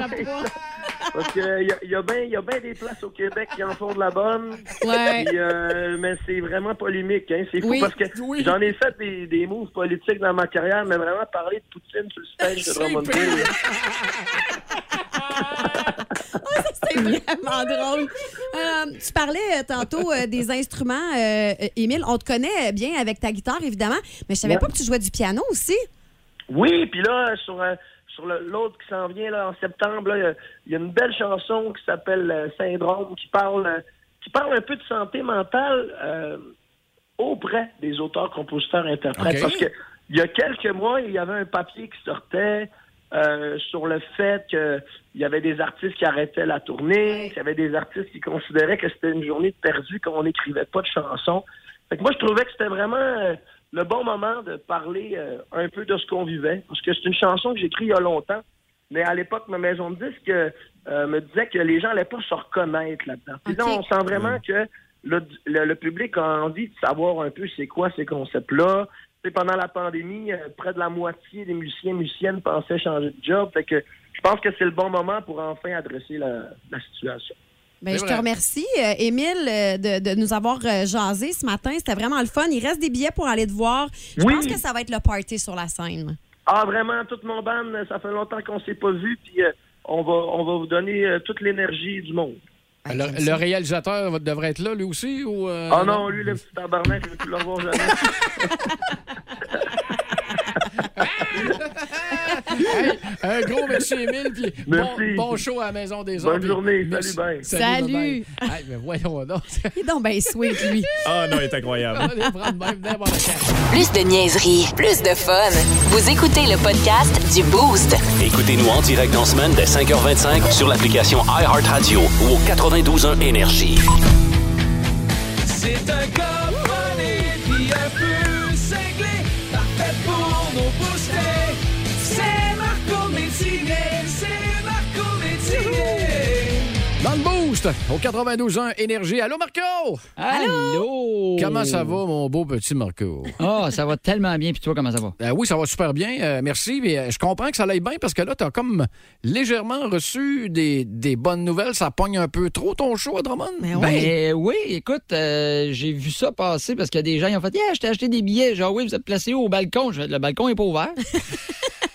Parce qu'il y a, y a bien ben des places au Québec qui en font de la bonne.
Ouais.
Puis, euh, mais c'est vraiment polémique. Hein. C'est fou
Oui,
parce que
oui.
j'en ai fait des, des moves politiques dans ma carrière, mais vraiment parler de Poutine sur le stage de
C'est
Drummondville.
*laughs* C'est vraiment drôle. Euh, tu parlais euh, tantôt euh, des instruments, euh, euh, Émile. On te connaît bien avec ta guitare, évidemment, mais je savais
Ouais.
pas que tu jouais du piano aussi.
Oui, puis là, sur, euh, sur le- l'autre qui s'en vient là, en septembre, là, il y a- il y, a une belle chanson qui s'appelle euh, Syndrome qui parle, euh, qui parle un peu de santé mentale. euh, auprès des auteurs, compositeurs, interprètes.
OK.
Parce que il y a quelques mois, il y avait un papier qui sortait euh, sur le fait qu'il y avait des artistes qui arrêtaient la tournée, qu'il y avait des artistes qui considéraient que c'était une journée de perdu quand on n'écrivait pas de chansons. Fait que moi, je trouvais que c'était vraiment euh, le bon moment de parler euh, un peu de ce qu'on vivait. Parce que c'est une chanson que j'écris il y a longtemps. Mais à l'époque, ma maison de disques euh, me disait que les gens n'allaient pas se reconnaître là-dedans. Puis là, on sent vraiment que le, le- le public a envie de savoir un peu c'est quoi ces concepts-là. Tu sais, Pendant la pandémie, euh, près de la moitié des musiciens et musiciennes pensaient changer de job. Fait que je pense que c'est le bon moment pour enfin adresser la, la situation.
Ben, je te remercie, euh, Émile, euh, de, de nous avoir euh, jasé ce matin. C'était vraiment le fun. Il reste des billets pour aller te voir. Je
Oui.
pense que ça va être le party sur la scène.
Ah, vraiment, toute mon band, ça fait longtemps qu'on s'est pas vu, puis euh, on, va, on va vous donner euh, toute l'énergie du monde.
Ah,
Le, le réalisateur va- devrait être là, lui aussi? Ou, euh,
Ah non, lui, le petit tabarnak, je ne plus le revoir jamais.
Hey, un gros merci, Émile. Puis bon,
Merci.
bon show à la Maison des
Bonne
Arts, puis
journée,
merci-
salut, bye.
Salut. bye bye. Hey, mais voyons donc.
*laughs* Il est donc bien sweet, lui.
*laughs*
Ah non, il est incroyable.
On va les prendre même n'importe quand.
Plus de niaiserie, plus de fun. Vous écoutez le podcast du Boost.
Écoutez-nous en direct dans la semaine dès 5h25 sur l'application iHeartRadio ou au 92.1 Énergie.
C'est un copané qui a pu cingler, parfait pour nos booster. C'est Marco Métivier, c'est Marco Métivier.
Dans le boost, au 92.1 Énergie. Allô, Marco?
Allô?
Comment ça va, mon beau petit Marco?
Ah, ça va tellement bien. Puis toi, comment ça va?
Euh, oui, ça va super bien. euh, merci. Mais, euh, je comprends que ça aille bien parce que là, tu as comme légèrement reçu des, des bonnes nouvelles. Ça pogne un peu trop ton show à Drummond.
Ben oui, écoute, euh, j'ai vu ça passer parce qu'il y a des gens qui ont fait Yeah, je t'ai acheté des billets. Genre, oui, vous êtes placé au balcon. Je fais, le balcon est pas *laughs* ouvert.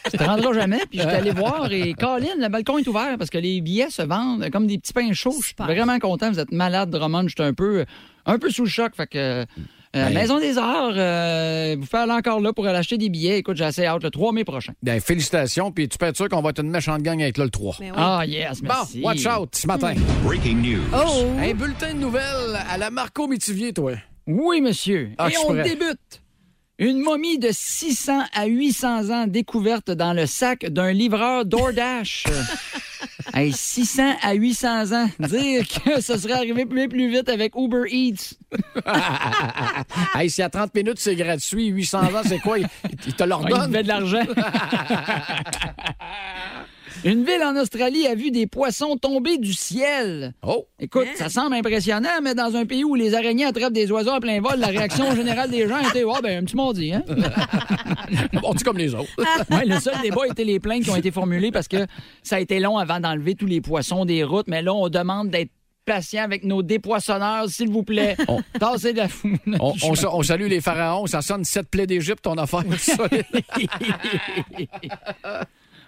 tu te rendras jamais. Puis je suis allé voir *laughs* et Colin, le balcon est ouvert parce que les billets se vendent comme des petits pains chauds. Je suis vraiment content. Vous êtes malade, Drummond. Je suis un peu, un peu sous le choc. Fait que. euh,
Ben-
Maison des Arts, euh, vous faites aller encore là pour aller acheter des billets. Écoute, j'ai assez hâte le 3 mai prochain.
Ben, félicitations. Puis tu peux être sûr qu'on va être une méchante gang avec là, le 3.
Ah, yes, merci. Hmm.
Bon, watch out ce matin.
Breaking news.
Oh! Un bulletin de nouvelles à la Marco Métivier, toi.
Oui, monsieur.
Ah,
Et
je suis
on
prêt.
débute. Une momie de 600 à 800 ans découverte dans le sac d'un livreur
*laughs*
DoorDash. Hey, 600 à 800 ans. Dire que ce serait arrivé plus, plus vite avec Uber Eats.
Ah, hey, *laughs* si à 30 minutes, c'est gratuit, 800 ans, c'est quoi? Il, il te
Ouais, il
l'ordonne?
te met de
*laughs*
l'argent. Une ville en Australie a vu des poissons tomber du ciel.
Oh!
Écoute, ça semble impressionnant, mais dans un pays où les araignées attrapent des oiseaux à plein vol, la
*laughs*
réaction générale des gens était Ah, ben, un petit mardi, hein?
on dit comme les autres.
Ouais, le seul débat était les plaintes qui ont été formulées parce que ça a été long avant d'enlever tous les poissons des routes, mais là, on demande d'être patient avec nos dépoissonneurs, s'il vous plaît.
On-
Tassez de la foule. *laughs*
On, on sa- on salue les pharaons, ça sonne sept plaies d'Égypte, ton affaire. ça.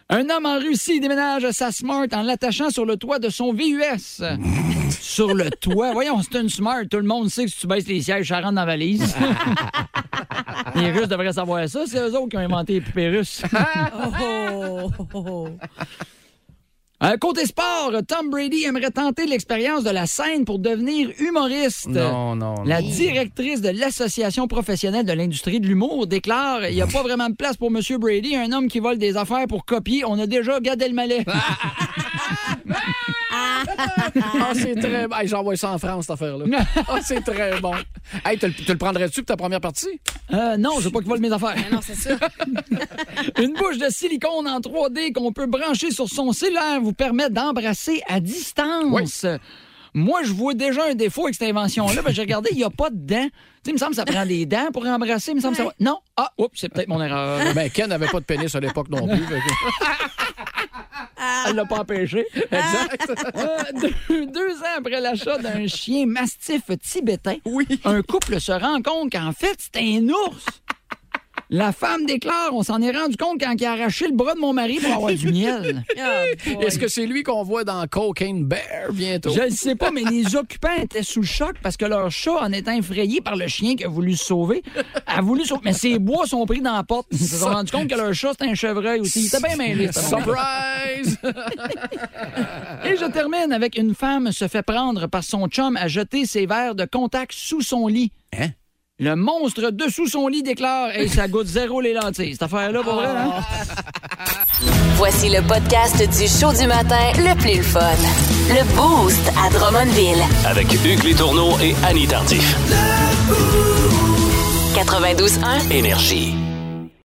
Un homme en Russie déménage sa Smart en l'attachant sur le toit de son VUS. sur le toit. Voyons, c'est une Smart. Tout le monde sait que si tu baisses les sièges, ça rentre dans la valise. les Russes devraient savoir ça. C'est eux autres qui ont inventé les poupées russes. Euh, côté sport, Tom Brady aimerait tenter l'expérience de la scène pour devenir humoriste.
Non, non, non.
La directrice de l'Association professionnelle de l'industrie de l'humour déclare il n'y a pas vraiment de place pour M. Brady, un homme qui vole des affaires pour copier. On a déjà Gad Elmaleh.
*laughs* Ah, c'est très bon. Hey, J'envoie ça en France, cette affaire-là.
*laughs*
Ah, c'est très bon. Hey, tu le- tu le prendrais-tu pour ta première partie?
Euh, non, je veux pas qu'il vole mes affaires.
non, c'est sûr.
*laughs* Une bouche de silicone en 3D qu'on peut brancher sur son cellulaire vous permet d'embrasser à distance. Moi, je vois déjà un défaut avec cette invention-là. Ben, j'ai regardé, il n'y a pas de dents. Tu sais, il me semble que ça prend des dents pour embrasser. Il me semble que ça va- Non. Ah, oups, c'est peut-être mon erreur.
Ben, Ken n'avait pas de pénis à l'époque non plus. fait que-
Elle l'a pas *laughs* empêché. Euh, deux, deux ans après l'achat d'un chien mastif tibétain, un couple se rend compte qu'en fait, c'est un ours. La femme déclare, on s'en est rendu compte quand il a arraché le bras de mon mari pour avoir
*laughs*
du miel.
Est-ce que c'est lui qu'on Ah, voit dans Cocaine Bear bientôt?
Je ne sais pas, mais les occupants étaient sous le choc parce que leur chat, en étant effrayé par le chien qui a voulu se sauver, a voulu sauver. Mais ses bois sont pris dans la porte. Ils se sont rendus compte que leur chat, c'était un chevreuil aussi. Il était bien mêlé. ce monde.
Surprise!
Et je termine avec une femme se fait prendre par son chum à jeter ses verres de contact sous son lit. Le monstre dessous son lit déclare et ça goûte zéro les lentilles. Cette affaire-là, pour vrai, hein?
Voici le podcast du show du matin le plus fun. Le Boost à Drummondville.
Avec Hugues Létourneau et Annie Tardif.
92.1.
Énergie.